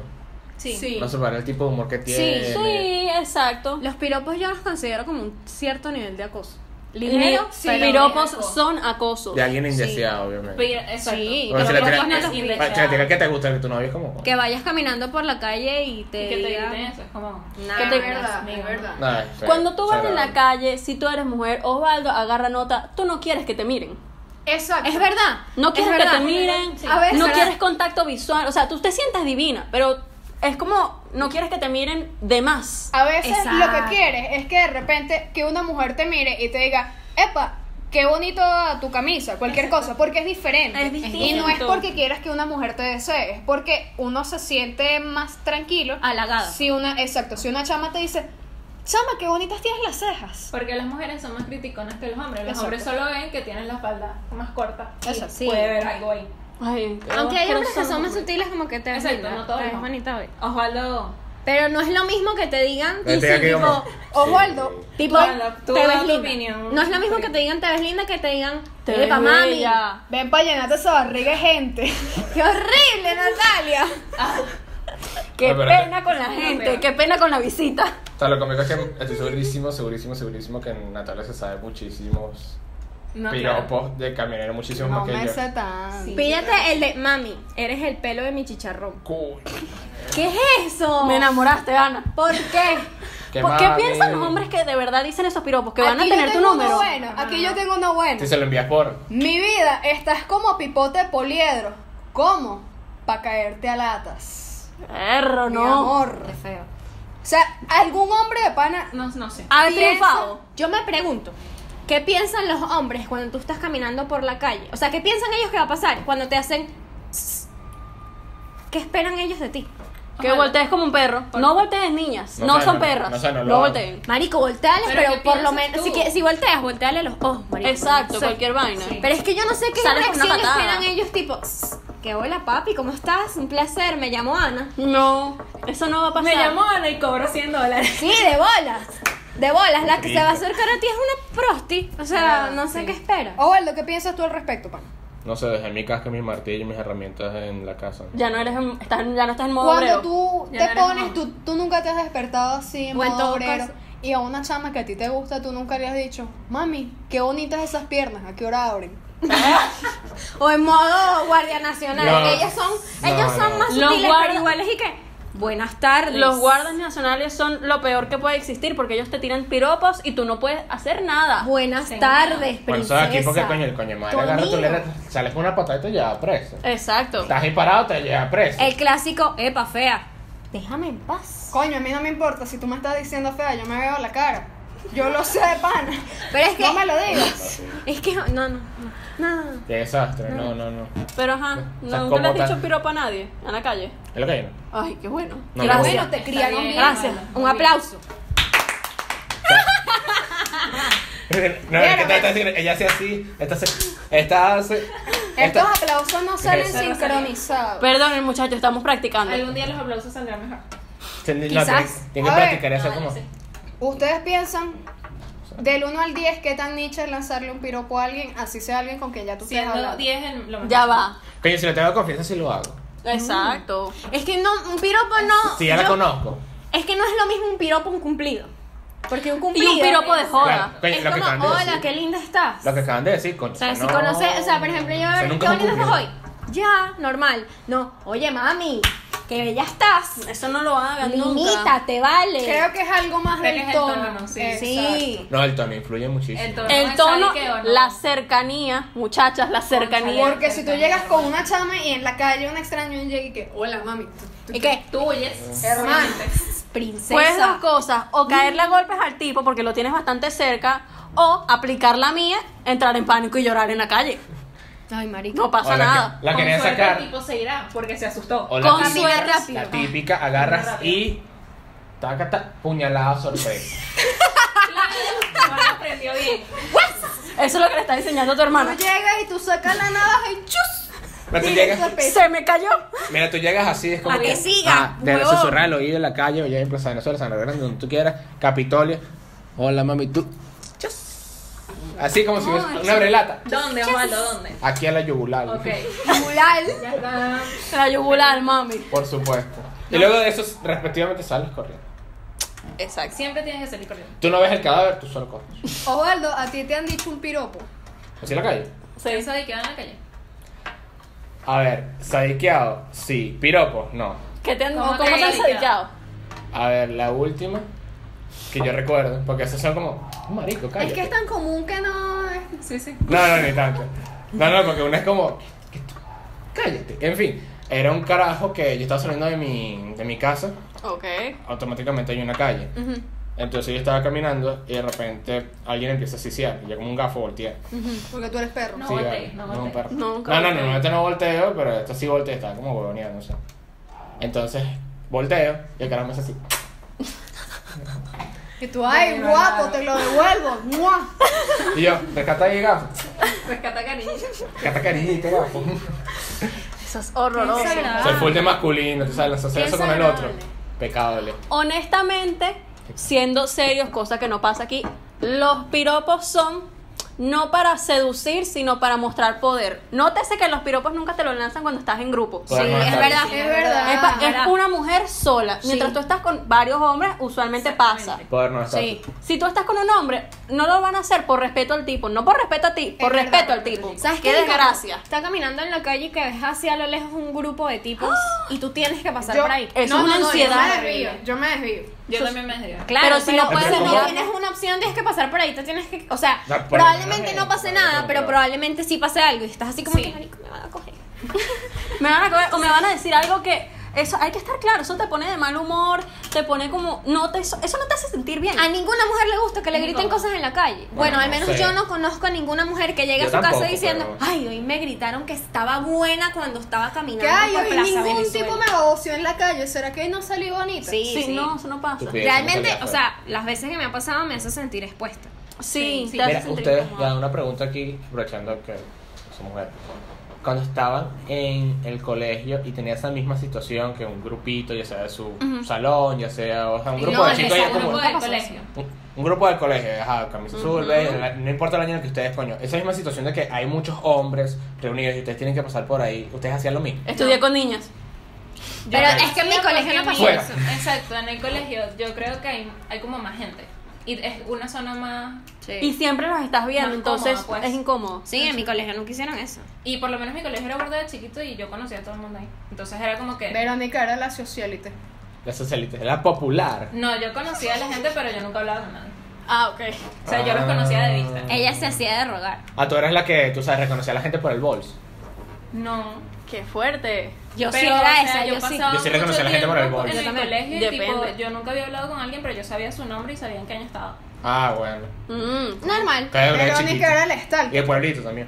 C: Sí.
B: No sé, para el tipo de humor que tiene.
A: Sí, exacto.
D: Los piropos yo los considero como un cierto nivel de acoso.
A: Los
D: Ligero, pero-
A: piropos
C: es acoso.
A: son acosos.
B: De alguien indeseado, obviamente.
C: Pero- exacto.
D: Sí.
B: Bueno, si le
D: Pero
B: tiras
D: no
B: ah,
D: los
B: si
C: piropos.
B: le tiras que te gusta, que tu novio es como.
D: Que vayas caminando por la calle y
C: Y
D: te,
C: que te
D: digan,
C: griten eso, es como.
D: "Nah,
E: es
A: te-
E: verdad,
C: Dios
E: es
C: mío.
E: verdad.
B: Nah, es feo,
A: Cuando tú vas en la
B: desagradable.
A: calle, si tú eres mujer, Osvaldo, agarra nota, tú no quieres que te miren.
E: Exacto.
D: Es verdad.
A: No
D: es
A: quieres que
D: verdad.
A: te miren,
E: Sí. A veces,
A: no
E: ¿verdad?
A: quieres contacto visual, o sea, tú te sientas divina, pero es como no quieres que te miren de más.
E: A veces lo que
D: Exacto.
E: quieres es que de repente que una mujer te mire y te diga, epa, qué bonito tu camisa, cualquier cosa, porque es diferente.
A: Es
E: Y no es
A: distinto.
E: porque quieras que una mujer te desee, es porque uno se siente más tranquilo.
A: Halagada.
E: Si una, exacto, si una chama te dice, chama, qué bonitas tienes las cejas.
C: Porque las mujeres son más criticonas que los hombres. Los
E: Exacto.
C: hombres solo ven que tienen la falda más corta.
E: Eso,
C: Sí. Puede haber algo ahí.
A: Ay,
D: Aunque hay
A: pero
D: hombres que son más sutiles como que te ves
C: Exacto,
D: linda,
C: no todos
D: te ves
C: no.
D: bonita hoy.
C: Osvaldo.
D: Pero no es lo mismo que te digan
B: Te
D: y sí,
B: diga que yo
D: tipo,
B: me-
E: "Oh, Osvaldo,
D: tipo,
C: Osvaldo, tú
D: te
C: da
D: ves
C: tu
D: linda.
C: opinión.
D: No es lo mismo que te digan te ves linda que te digan
A: Te
D: te ves
A: ves
D: mami.
A: bella.
E: ven para llenarte esa barriga de gente. [laughs]
D: Qué horrible, Natalia.
A: Qué
B: Ay, pero-
A: pena con la gente,
C: pero-
A: qué pena con la visita.
B: O sea, lo cómico es que estoy segurísimo, segurísimo, segurísimo que Natalia se sabe muchísimos
C: No, claro.
B: piropos de camionero, muchísimos
E: No
B: más que
E: me
B: yo.
E: sé tan.
C: Sí.
D: Pídate el de mami, eres el pelo de mi chicharrón.
B: Cool.
D: ¿Qué es eso?
A: Me enamoraste, Ana.
D: ¿Por qué?
B: Qué
A: ¿Por qué
B: mami.
A: piensan los hombres que de verdad dicen esos piropos? Que van
E: Aquí yo
A: a tener tu
E: tengo uno
A: número. Ah.
E: bueno, aquí yo tengo uno bueno.
B: Si se lo envías por.
E: Mi vida, estás como pipote de poliedro. ¿Cómo? Para caerte a latas.
A: Perro,
E: Mi
A: no.
E: amor. O sea, algún hombre de pana.
C: No, no sé.
A: Ah,
D: Ha
E: Piensa-
D: triunfado. Yo me pregunto, ¿qué piensan los hombres cuando tú estás caminando por la calle? O sea, ¿qué piensan ellos que va a pasar cuando te hacen... tss? ¿Qué esperan ellos de ti?
A: Que
C: Ojalá.
A: voltees como un perro. No voltees, niñas.
B: No
A: No,
B: sé,
A: son
B: no,
A: perras.
B: no sé, no lo hago.
A: volteen.
D: Marico, volteales,
C: Pero,
D: pero,
C: ¿qué
D: por lo
C: piensas
D: menos...
C: tú?
D: Si, que- si volteas, volteale los ojos, marico.
A: Exacto,
D: No sé.
A: cualquier vaina.
C: Sí.
D: Pero es que yo no sé qué
A: Sales con una
D: reacción
A: patada.
D: esperan ellos, tipo... "Tss, Que hola, papi, ¿cómo estás? Un placer, me llamo Ana.
A: No, eso no va a pasar.
C: Ah, Me llamó Ana y cobró 100
A: [laughs]
C: dólares.
D: Sí, de bolas. De bolas, la que se va a
B: Rico.
D: acercar a ti es una prosti. O sea,
E: Ah,
D: no sé
E: sí.
D: qué espera.
E: Osvaldo, ¿qué piensas tú al respecto, pana?
B: No sé, dejé mi casco, mi martillo y mis herramientas en la casa.
A: Ya no eres, en- estás, en- ya no estás en modo
E: Cuando
A: obrero.
E: tú
C: Ya
E: te
C: veremos.
E: pones, tú, tú nunca te has despertado así Pues en
D: O en
E: modo
D: todo
E: obrero.
D: caso-
E: Y a una chama que a ti te gusta, tú nunca le has dicho, mami, qué bonitas esas piernas, ¿a qué hora abren?
D: O en modo guardia nacional.
B: No.
D: Ellos son,
B: No,
D: ellos son
B: no.
D: más
A: Los
D: sutiles,
A: guardias-
D: pero iguales y que. Buenas tardes.
A: Los guardas nacionales son lo peor que puede existir porque ellos te tiran piropos y tú no puedes hacer nada.
D: Buenas
C: Señora.
D: tardes,
B: Bueno,
D: princesa.
B: sabes aquí porque coño, el coño madre
D: Tu
B: agarra tu
D: amigo.
B: letra, sales con una patada y te lleva preso.
A: Exacto.
B: Estás ahí parado, te lleva preso.
D: El clásico, epa, fea. Déjame en paz.
E: Coño, a mí no me importa si tú me estás diciendo fea, yo me veo la cara. Yo lo sé [laughs] de pana.
D: Pero es que.
E: No me lo digas.
D: Es que. No, no, no. no, no.
B: Qué desastre, no, no, no.
A: Pero ajá,
B: O sea,
A: nunca le has
B: ¿cómo
A: dicho
B: tan-
A: piropo a nadie en la calle.
B: Es lo que hay,
D: [laughs]
B: ¿no?
A: Ay, qué bueno.
B: No,
E: Pero
B: gracias.
E: [laughs] bueno, te criaron bien.
A: Gracias.
D: Un aplauso.
B: No, es que te-
D: pues.
B: te- te- ella hace así, esta hace, esta hace.
E: Estos
B: esta-
E: aplausos no salen
B: Eso
C: no salió.
E: sincronizados.
A: Perdonen, muchachos, estamos practicando.
C: Algún día los aplausos saldrán mejor.
B: Tiene- no, tiene-
D: Quizás.
B: tiene
E: A
B: que
E: ver.
B: practicar eso como.
E: ¿Ustedes piensan del 1 al 10 qué tan niche es lanzarle un piropo a alguien, así sea alguien con quien ya tú quieras
C: Siendo
E: hablar?
C: 10 el- lo mejor.
A: Ya va.
B: Coño, si le tengo confianza, sí lo hago.
A: Exacto.
D: Es que no, un piropo no.
B: Si ya la
D: yo-
B: conozco.
D: Es que no es lo mismo un piropo un cumplido. Porque un cumplido.
A: piropo de joda.
B: Claro, coño,
D: Es
B: lo que
D: como,
B: acaban de
D: hola,
B: decir.
D: qué linda estás.
B: Lo que acaban de decir, coño.
D: O sea, si
B: no.
D: conoces, o sea, por ejemplo, yo,
B: Eso
D: ¿qué
B: nunca es un
D: bonita estás hoy?
B: cumplido.
D: Ya, normal. No, oye, mami, qué bella estás.
A: Eso no lo hagan nunca.
D: Limita, te vale.
E: Creo que es algo más
C: Creo
E: del
C: que es el
E: tono.
C: tono, ¿no? Sí.
E: Exacto.
D: Sí.
B: No, el tono influye muchísimo.
C: El tono.
A: El
C: Esa
A: tono,
C: de que, ¿o no?
A: la cercanía, muchachas, la cercanía.
E: Porque si tú llegas con una chama y en la calle un extraño llega y que, hola mami,
D: ¿Y qué?
C: Tú oyes.
E: hermano.
D: Princesa.
A: Pues dos cosas, o caerle a golpes al tipo porque lo tienes bastante cerca, o aplicar la mía, entrar en pánico y llorar en la calle.
D: Ay, marico.
A: No pasa
B: O la que-
A: nada.
B: La quería
C: Con suerte
B: sacar.
C: El tipo se irá porque se asustó. [laughs]
B: O
A: Con
B: típica-
A: suerte
D: rápido.
B: La típica, agarras
C: Rápido.
B: y. Taca, taca, puñalada
D: [laughs]
B: sorpresa.
C: No lo aprendió bien.
A: Eso es lo que le está enseñando tu
E: Tú
A: hermana.
E: llegas y tú sacas la navaja y chus.
B: Pero tú
E: Mira,
B: llegas,
E: esa pe-
A: Se me cayó.
B: mira, tú llegas así, es como.
D: A que siga,
B: Ah, de
D: huevón.
B: susurrar al oído en la calle, o ya en Plaza Venezuela, San Lorenzo, donde tú quieras, Capitolio. Hola, mami, tú. Así como si fuese una brelata.
C: ¿Dónde, Osvaldo? ¿Dónde?
B: Aquí a la yugular.
C: Ok.
D: Mural.
C: Ya está.
A: La yugular, mami.
B: Por supuesto. Y luego de eso, respectivamente, sales corriendo.
A: Exacto.
C: Siempre tienes que salir corriendo.
B: Tú no ves el cadáver, tú solo corres.
E: Osvaldo, a ti te han dicho un piropo.
B: Así en la calle.
C: Se hizo de que van a la calle.
B: A ver, sadiqueado, sí. Piropos, no.
A: ¿Qué te han,
C: ¿Cómo
A: ¿Cómo,
C: te
A: te han
C: dedicas?
A: dedicado?
B: A ver, la última que yo recuerdo, porque esos son como, "Oh, marico, cállate.
E: Es que es tan común que no. es-
C: Sí, sí.
B: No, no, ni tanto. No, no, porque una es como, "¿Qué tú? cállate. En fin, era un carajo que yo estaba saliendo de mi, de mi casa,
A: Ok.
B: automáticamente hay una calle. Entonces yo estaba caminando y de repente alguien empieza a sisear. Y yo como un gafo volteé.
E: Porque tú eres perro.
C: No
B: Sí,
C: voltees, no
B: no,
C: voltees.
B: perro.
A: No,
B: No,
A: nunca
B: no,
A: voltees.
B: normalmente no volteo, pero esto sí volteo, estaba como huevoneando, no sé. Entonces, volteo y el carajo me hace así.
E: Que tú, ay, guapo, te lo devuelvo. ¡Mua!
B: Y yo, rescata ahí, gafo.
C: Rescata cariño.
B: Rescata cariñito, gafo.
A: Eso es horroroso.
B: Se fue el de masculino, tú sabes, las hacer
D: Ah. Qué
B: eso con el otro.
D: desagradable.
B: Pecadole.
A: Honestamente, siendo serios, cosa que no pasa aquí, los piropos son no para seducir, sino para mostrar poder. Nótese que los piropos nunca te los lanzan cuando estás en grupo.
B: Todas
D: Sí,
B: las
D: es
B: tardes.
D: verdad.
E: Es
A: Es, pa-
E: verdad.
A: es una mujer sola.
D: Sí.
A: Mientras tú estás con varios hombres, usualmente pasa.
B: Poder no estar.
A: Sí. Si tú estás con un hombre, no lo van a hacer por respeto al tipo. No por respeto a ti, por
E: Es
A: respeto
E: verdad.
A: al tipo.
D: ¿Sabes
A: qué?
D: qué?
A: desgracia.
D: Está caminando en la calle y que ves hacia a lo lejos un grupo de tipos y tú tienes que pasar
E: Yo-
D: por ahí.
A: Eso es una ansiedad.
E: Yo me desvío. Yo me desvío.
C: Yo también me desvío.
D: Claro,
A: Pero si no
B: puedes
D: si
B: desviar-
D: tienes una opción, tienes que pasar por ahí, te tienes que, o sea,
B: Ya, pero-
D: probablemente no pase
B: pero-
D: nada,
B: pero-
D: pero probablemente sí pase algo y estás así como
C: Sí.
D: que "Marico, me van a coger.
A: Me van a coger o me van a decir algo que eso hay que estar claro, eso te pone de mal humor, te pone como no te eso, eso no te hace sentir bien.
D: A ninguna mujer le gusta que le griten
C: Incómodo.
D: cosas en la calle. Bueno,
B: Bueno,
D: al menos
B: no sé.
D: yo no conozco a ninguna mujer que llegue
B: Yo
D: a su casa
B: tampoco,
D: diciendo,
B: pero-
D: ay, hoy me gritaron que estaba buena cuando estaba caminando
E: ¿Qué hay?
D: por
E: Oye,
D: Plaza
E: ningún
D: Venezuela".
E: tipo me aboció en la calle. ¿Será que no salí bonita?
D: Sí,
A: sí,
D: sí,
A: no, eso no pasa.
B: Estupidez,
D: Realmente,
B: no
D: o
B: salía
D: sea, las veces que me ha pasado me hace sentir expuesta.
A: Sí,
C: sí.
A: te hace
B: Mira,
A: sentir
B: ustedes,
A: incómodo.
B: ya una pregunta aquí, aprovechando que somos mujeres. Cuando estaban en el colegio y tenía esa misma situación que un grupito, ya sea de su salón, ya sea o sea, un grupo
C: no,
B: de chicos,
C: es
B: ya
C: un
B: como-
C: grupo del colegio.
B: un, un grupo del colegio, ajá, camisa azul, beige, la- no importa el año en el que ustedes, coño. Esa misma situación de que hay muchos hombres reunidos y ustedes tienen que pasar por ahí, ustedes hacían lo mismo.
A: Estudié con niñas.
D: Pero
B: creo
D: es que en mi
C: Sí,
D: colegio
C: porque
D: no
C: en
D: pasó.
C: mi-
B: Fuera.
C: Exacto, en el colegio yo creo que hay, hay como más gente. Y es una zona más.
A: Y siempre los estás viendo,
C: Más
A: entonces
C: incómodo, pues.
A: es incómodo.
D: Sí, en mi colegio nunca hicieron eso.
C: Y por lo menos mi colegio era burda de chiquito y yo conocía a todo el mundo ahí. Entonces era como que.
E: Verónica era la socialite.
B: La socialista, era popular.
C: No, yo conocía a la gente, pero yo nunca hablaba con nadie.
A: Ah, ok.
C: O sea, yo los
B: Ah.
C: conocía de vista.
D: Ella se hacía de rogar.
B: Ah, tú eres la que, tú sabes, reconocía a la gente por el bols.
C: No.
A: Qué fuerte.
D: Yo
C: Pero,
D: sí era
C: o sea,
D: esa, yo, sí.
C: pasaba
B: Yo sí reconocí a la
C: mucho
B: gente por el
C: tiempo
B: bolso.
C: En
D: Yo
C: mi
D: también.
C: colegio, y, tipo,
A: Depende.
C: yo nunca había hablado con alguien, pero yo sabía su nombre y sabía en qué año estaba.
B: Ah, bueno.
A: Mm.
D: Normal.
B: Cada uno es chiquito.
E: Verónica era la
B: Y
E: stalker.
B: el pueblito también.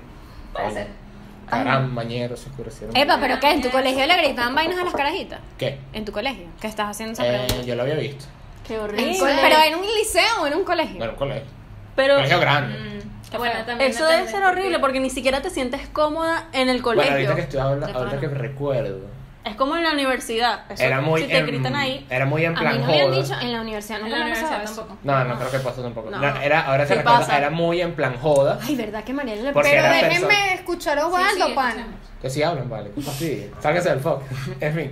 C: Puede ser.
B: Caramba, mañeros se oscurecieron.
D: Epa, pero ¿qué? ¿En tu colegio le gritaban vainas a las carajitas?
B: ¿Qué?
D: ¿En tu colegio? ¿Qué estás haciendo esa
B: Eh,
D: pregunta?
B: yo lo había visto.
A: Qué
D: ¿En
A: horrible.
D: cole- ¿Pero en un liceo o en un
B: No
D: colegio?
B: era un colegio.
A: Pero
B: colegio grande.
C: Mm, Bueno, también
A: eso debe
C: depende,
A: ser horrible porque ni siquiera te sientes cómoda en el
B: Bueno,
A: colegio.
B: ahorita que estoy habla-
D: De
B: ahorita
D: pana.
B: que recuerdo.
A: Es como en la universidad. Eso,
B: Era muy
A: si te
B: en-
A: gritan ahí.
B: Era muy en
D: A mí
B: plan
D: no me habían
B: joda.
D: dicho en la universidad,
C: En
D: nunca
C: la
D: me ha pasado
C: universidad
D: eso.
C: tampoco.
B: No, no creo que pasó tampoco.
A: No.
B: No, era, ahora se
A: Sí
B: recuerda,
A: pasa.
B: era muy en plan joda.
D: Ay, ¿verdad que Mariela le
B: Porque
E: Pero
B: era
E: déjenme
B: persona-
E: escuchar a
C: Sí, sí,
E: Osvaldo, pana.
C: escuchamos.
B: Que sí hablan, vale. Sí, sálganse del foco. [laughs] en fin.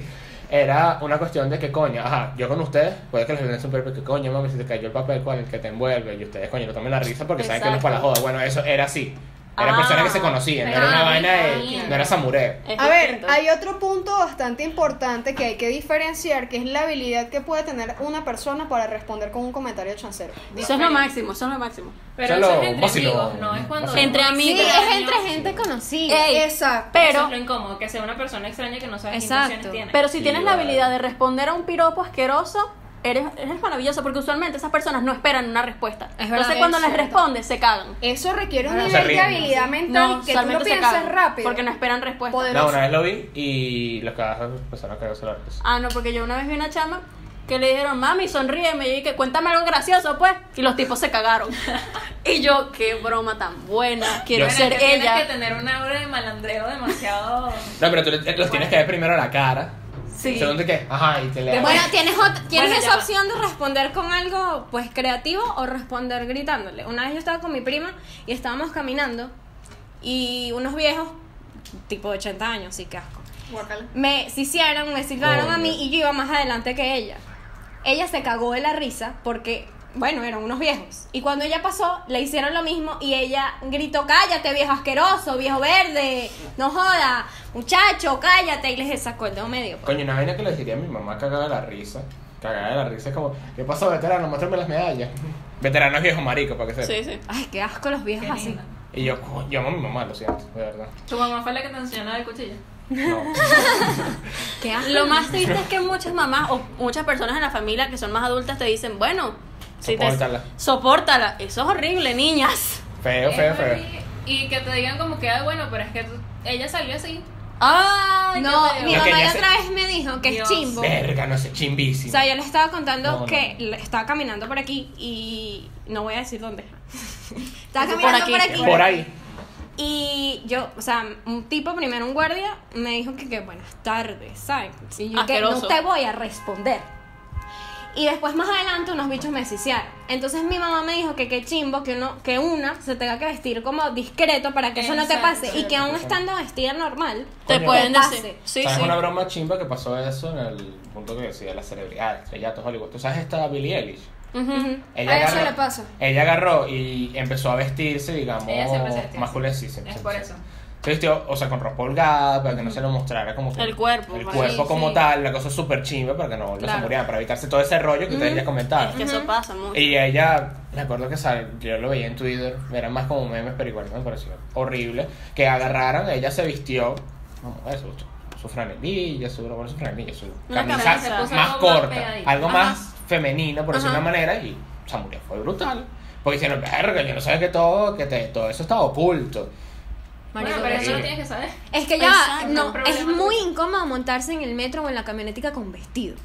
B: Era una cuestión de que coño, ajá, yo con ustedes, puede que les den un papel, que coño, mami, si te cayó el papel, ¿cuál el que te envuelve? Y ustedes, coño, lo tomen la risa porque saben que no es para la joda. Bueno, eso era así. Era
A: Ah.
B: personas que se conocían, no era una
C: Ah,
B: vaina de.
C: bien.
B: No era samuré.
A: Es
E: A ver,
A: distinto.
E: hay otro punto bastante importante que hay que diferenciar, que es la habilidad que puede tener una persona para responder con un comentario chancero.
A: Eso es lo máximo, eso es lo máximo.
C: Pero
B: Solo
C: eso es entre
B: vacilón.
C: amigos, no es cuando.
A: Entre
C: uno-
D: Sí,
A: amigos.
D: es entre gente conocida.
A: Ey,
E: Exacto.
C: Eso
A: pero,
C: es lo incómodo, que sea una persona extraña que no sabe
D: Exacto.
C: qué intenciones tiene.
A: pero si
B: Sí,
A: tienes la
B: vale.
A: habilidad de responder a un piropo asqueroso, eres, eres maravilloso porque usualmente esas personas no esperan una respuesta.
D: Es verdad.
A: Entonces cuando
E: Es
A: les
E: cierto.
A: respondes, se cagan.
E: Eso requiere un
B: Ahora,
E: nivel
B: se
E: de
B: ríen,
E: habilidad
A: No,
E: mental que tú lo
A: usualmente se
E: piensas
A: cagan
E: rápido.
A: porque no esperan respuesta.
E: Poderoso.
B: No, una vez lo vi y los cagazos empezaron a cagarse la risa.
A: Ah, no, porque yo una vez vi una chama que le dijeron, mami, sonríeme. Y yo dije, cuéntame algo gracioso, pues. Y los tipos se cagaron. y yo, qué broma tan buena. Quiero
B: Yo-
C: Bueno,
A: ser
C: es que Tienes que
A: ella.
C: tener una aura de malandreo demasiado.
B: No, pero tú le- los tienes que ver primero a la cara.
A: [laughs] Sí.
B: Segundo que, ajá, y te le
D: Bueno, tienes, ot- tienes
C: Bueno, ya
D: esa
C: va.
D: opción de responder con algo pues creativo o responder gritándole. Una vez yo estaba con mi prima y estábamos caminando y unos viejos, tipo de 80 años, sí, qué asco,
E: Guácala.
D: me hicieron, me silbaron a mí
B: Coño.
D: y yo iba más adelante que ella. Ella se cagó de la risa porque, bueno, eran unos viejos. Y cuando ella pasó, le hicieron lo mismo y ella gritó, cállate, viejo asqueroso, viejo verde, no joda, muchacho, cállate. Y les sacó el dedo medio. pues.
B: Coño, una vaina que le diría a mi mamá cagada de la risa. Cagada de la risa es como, ¿qué pasó, veterano? Muéstrame las medallas. Veterano es viejo marico, para que sepa.
A: Sí, sí.
D: Ay, qué asco los viejos
C: Qué
D: así.
C: lindo.
B: Y yo, coño, yo amo a mi mamá, lo siento, de verdad.
C: Tu mamá fue la que te enseñó el cuchillo.
B: No.
D: Qué asco.
A: Lo más triste es que muchas mamás o muchas personas en la familia que son más adultas te dicen, bueno, Si te-
B: Sopórtala.
A: Sopórtala. Eso es horrible, niñas.
B: [laughs] Feo,
C: Es
B: feo,
C: horrible.
B: feo.
C: Y que te digan como que, ah, bueno, pero es que tú- ella salió así.
A: Ay,
D: No,
C: qué feo.
D: mi
B: Lo que
D: mamá
B: ya
D: la
B: sé-
D: otra vez me dijo que
C: Dios.
D: es chimbo.
B: Verga, no sé, chimbísimo.
D: O sea, yo le estaba contando
B: No, no.
D: que le- estaba caminando por aquí y no voy a decir dónde. [laughs] estaba
A: Por
D: caminando
A: aquí.
D: por aquí.
B: Por ahí.
D: Y yo, o sea, un tipo, primero un guardia, me dijo que, que buenas tardes, ¿sabes? Y yo que no
A: Asqueroso.
D: te voy a responder. Y después más adelante unos bichos me asfixiaron. Entonces mi mamá me dijo que qué chimbo que uno, que una se tenga que vestir como discreto para que eso no te
C: Exacto.
D: pase. Y que aún estando vestida normal,
A: Te
B: Coño,
A: pueden
D: te pase.
A: decir. Sí,
B: ¿Sabes
A: sí.
B: una broma chimba que pasó eso en el punto que decía la celebridad, estrellato Hollywood? ¿Tú sabes esta Billie Eilish?
A: Ujú.
E: A eso le pasa.
B: Ella agarró y empezó a vestirse, digamos,
C: Ella siempre se vestía
B: masculina.
C: así.
B: sí, siempre
C: Es
B: se
C: por
B: vestía
C: eso.
B: así. Se vistió, o sea, con ropa holgada, para que no se lo mostrara como que-
A: El cuerpo,
B: El
A: para-
B: cuerpo
A: sí,
B: como
A: sí.
B: tal, la cosa súper chimba para que no volviese a
A: Claro.
B: morir, para evitarse todo ese rollo que ustedes ya comentaron.
A: Es que eso pasa mucho.
B: Y ella, recuerdo que sal- yo lo veía en Twitter, eran más como memes, pero igual me pareció horrible. Que agarraran, ella se vistió, como eso, su- su franelilla, su, bueno, su franelilla, su
A: Una
B: camisa
A: camisa, se
B: más
A: puso
C: algo más
B: corta,
C: pegadito.
B: algo
A: Ajá.
B: más femenino, por decirlo de una manera, y se murió. Fue brutal. Porque dijeron, verga, yo no sabía que todo, que te- todo eso estaba oculto.
C: Bueno, pero eso lo tienes que saber.
D: Es que ya,
A: Exacto,
D: no,
C: un problema
D: es muy
C: tuyo.
D: incómodo montarse en el metro o en la camionetica con vestido.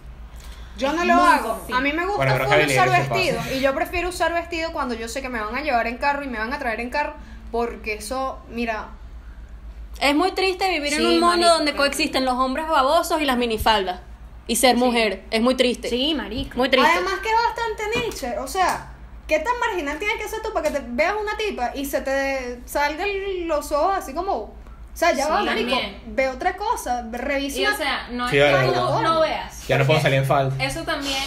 E: Yo no lo hago. A mí me gusta
B: Bueno, pero
E: full
B: Javier,
E: usar
B: eso pasa.
E: vestido. Y yo prefiero usar vestido cuando yo sé que me van a llevar en carro y me van a traer en carro. Porque eso, mira,
A: Es muy triste vivir en
D: Sí,
A: un mundo
D: marico,
A: donde coexisten los hombres babosos y las minifaldas. Y ser mujer. Es muy triste.
D: Sí, marico.
A: Muy triste.
E: Además que es bastante niche, o sea, ¿qué tan marginal tienes que ser tú para que te veas una tipa y se te salgan los ojos así como, o sea, ya
C: Sí,
E: va, marico,
C: también.
E: ve otra cosa, ve- revisa.
C: Y o
E: una-
C: sea, no
B: Sí,
C: es
B: vale,
C: que tú
B: no.
C: no veas.
B: Ya no puedo
C: porque
B: salir en falda.
C: Eso también,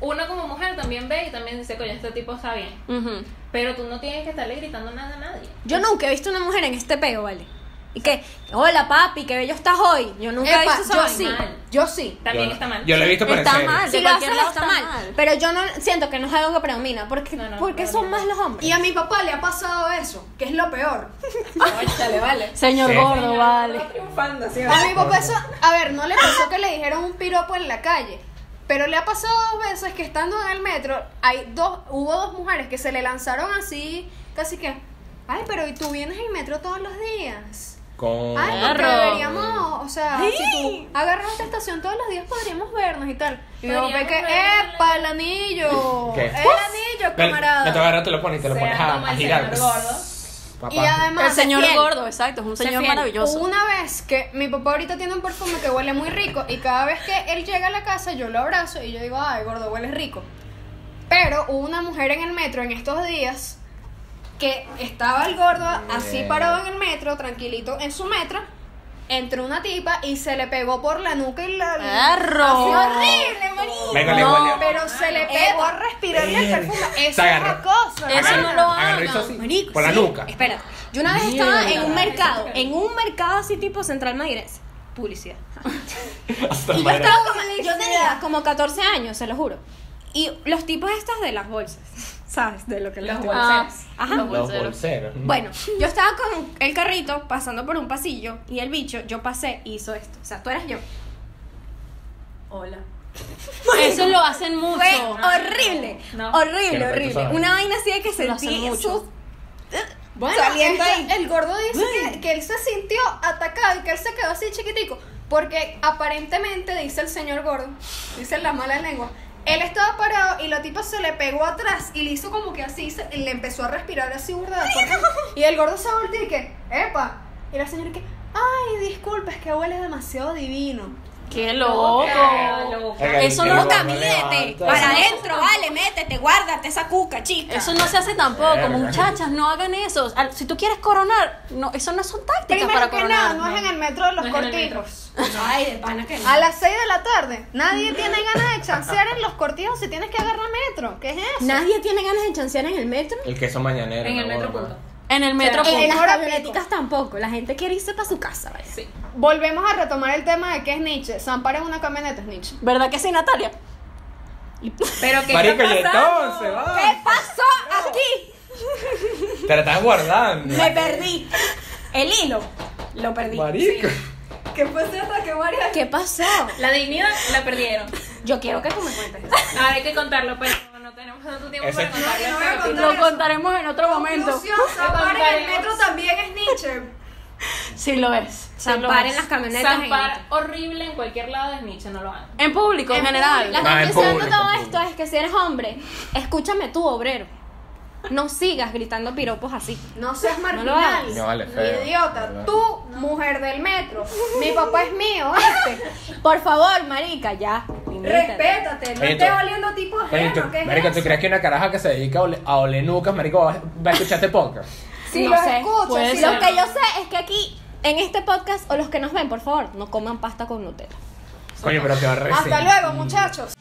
C: uno como mujer también ve y también dice, coño, este tipo está bien.
A: Ujú.
C: Pero tú no tienes que estarle gritando nada a nadie.
D: Yo nunca he visto una mujer en este peo, ¿vale? Y que, hola papi, qué bello estás hoy. Yo nunca
E: Epa,
D: he visto
E: yo
D: eso
E: sí,
C: mal.
E: yo sí.
C: También
B: Yo-
C: está mal.
B: Yo lo he visto por
A: Está
B: en serio.
A: mal.
D: Si
A: De
D: lo
A: cualquier
D: haces
A: lado
D: está
A: está
D: mal,
A: mal.
D: pero yo no siento que no es algo que predomina, porque,
C: No, no,
D: porque
C: no,
D: son
C: no.
D: más los hombres.
E: Y a mi papá le ha pasado eso, que es lo peor.
C: Cónchale, vale.
A: Señor
B: Sí.
A: gordo, vale.
C: triunfando, sí,
E: A mi papá eso, a ver, no le pasó que le dijeron un piropo en la calle, pero le ha pasado dos veces que estando en el metro, hay dos, hubo dos mujeres que se le lanzaron así, casi que, ay, pero ¿y tú vienes al metro todos los días?
B: Con...
E: Ay, porque
A: Claro.
E: deberíamos, o sea, si tú agarras esta estación todos los días podríamos vernos y tal. Y yo ve
C: Podríamos
E: que,
C: vernos.
E: ¡epa, el anillo!
B: ¿Qué?
E: ¡El anillo,
B: Ven, no te
E: camarada!
B: agarras, te lo pones y te lo pones a,
C: como
B: a
C: el
B: girar.
C: señor gordo.
B: Papá.
E: Y además,
A: El señor
E: se fiel.
A: gordo, exacto. Es un
E: Se
A: señor
E: fiel.
A: maravilloso.
E: Hubo Una vez que mi papá ahorita tiene un perfume que huele muy rico y cada vez que él llega a la casa yo lo abrazo y yo digo, ay, gordo, hueles rico. Pero hubo una mujer en el metro en estos días que estaba el gordo así
B: Bien.
E: parado en el metro, tranquilito en su metro. Entró una tipa y se le pegó por la nuca y la.
A: ¡Perro!
E: Así horrible, marico.
B: Venga, le
A: No,
B: huele a-
E: Pero se le pegó a respirarle el
B: Verga.
E: perfume.
B: Se
E: Eso es
B: agarró.
E: acoso.
A: Eso
E: hermano.
A: no lo
B: Agarró
A: hagan.
B: eso así,
D: Marico,
B: por la
D: sí.
B: nuca.
D: Espera, yo una vez estaba en un
C: Mierda.
D: mercado, en un mercado así tipo Central Magrez, publicidad.
B: Hasta
D: Y yo
B: madre.
D: estaba como, yo tenía como 14 años, se lo juro. Y los tipos estos de las bolsas, [laughs] ¿sabes? De lo que les
C: Los
D: estoy-
A: Ah,
C: bolseros.
D: Ajá.
A: Los
B: Los
A: bolseros.
B: bolseros.
D: Bueno, yo estaba con el carrito pasando por un pasillo y el bicho, yo pasé y hizo esto. O sea, tú eras yo. Hola.
A: Eso lo hacen mucho.
D: Fue horrible,
C: No.
D: horrible,
B: Pero tú
D: horrible.
B: sabes.
D: Una vaina así de que
A: Lo hacen
D: sentí
A: mucho.
D: sus
E: Bueno,
D: saliendo
E: este-
D: ahí.
E: el gordo dice que, que él se sintió atacado y que él se quedó así chiquitico. Porque aparentemente, dice el señor gordo, dice la mala lengua, él estaba parado y la tipa se le pegó atrás y le hizo como que así, se- y le empezó a respirar así burda de fuerte. Y el gordo se volteó y que, ¡epa! Y la señora que, ¡ay, disculpa, es que huele demasiado divino!
A: ¡Qué loco!
B: Verga,
A: Eso
B: el
A: no lo
B: gordo
D: Camínate,
B: levanta.
D: para adentro, vale, métete, guárdate esa cuca, chica.
A: Eso no se hace tampoco,
B: Verga.
A: muchachas, no hagan eso. Al- Si tú quieres coronar, no, eso no son tácticas
E: Primero
A: para
E: que
A: coronar.
E: nada, no, es en el metro de los
C: No es en el
E: cortijos.
D: Ay, de pana que
E: A las 6 de la tarde, nadie tiene ganas de chancear en los cortijos si tienes que agarrar metro. ¿Qué es eso?
D: Nadie tiene ganas de chancear en el metro.
B: El queso mañanero.
C: En el
B: mi
C: metro
B: amor.
C: punto.
A: En el metro.
E: O sea,
A: punto.
D: En las
E: hora
D: camioneticas tampoco. La gente quiere irse para su casa, ¿vale?
C: Sí.
E: Volvemos a retomar el tema de qué es Nietzsche. Zampar en una camioneta es Nietzsche.
A: ¿Verdad que sí, Natalia?
C: Pero que
B: Marico, y entonces,
D: ¿Qué
B: va.
D: pasó aquí?
B: Te la estás guardando.
D: Me perdí. El hilo. Lo perdí.
B: Marico.
E: ¿Qué pasa hasta que varias?
D: ¿Qué pasó?
C: la dignidad la perdieron.
D: Yo quiero que tú me cuentes.
C: Ahora hay que contarlo, pero no tenemos tiempo
B: Ese-
C: para
F: No,
C: contar
F: yo no voy a
C: este capítulo.
F: contar
A: Lo contaremos en otro momento.
F: Conclusión, zampar en el metro también es Nietzsche.
A: Sí lo es. sí lo
D: Zampar
A: es.
D: en las camionetas.
C: Zampar horrible en cualquier lado de Nietzsche, no lo hagan.
A: En público, en, general.
D: La
B: No, en
D: conclusión de
B: público,
D: todo
B: en
D: esto
B: público.
D: es que si eres hombre, escúchame tú, obrero. No sigas gritando piropos así.
E: No seas marginal.
D: lo hagas.
B: No, vale,
E: ni
B: feo,
E: idiota.
B: ¿verdad?
E: Tú, mujer del metro. Mi papá es mío, ¿oíste?
D: [laughs] Por favor, marica, ya. limítate.
F: Respétate, no
B: Oye,
F: estés
B: tú-
F: oliendo a tipo
B: Oye, tú,
F: ajeno, ¿qué es
B: marico, ¿tú
F: eso?
B: crees que una caraja que se dedica a, ole, a oler nucas, marico, va, va a escuchar este podcast?
E: Si
D: No
E: lo
D: sé,
E: escuchas,
A: puede
E: si
A: ser.
E: lo
D: Lo que yo sé es que aquí, en este podcast, o los que nos ven, por favor, no coman pasta con Nutella.
B: Coño, pero te va a
E: Hasta luego, muchachos.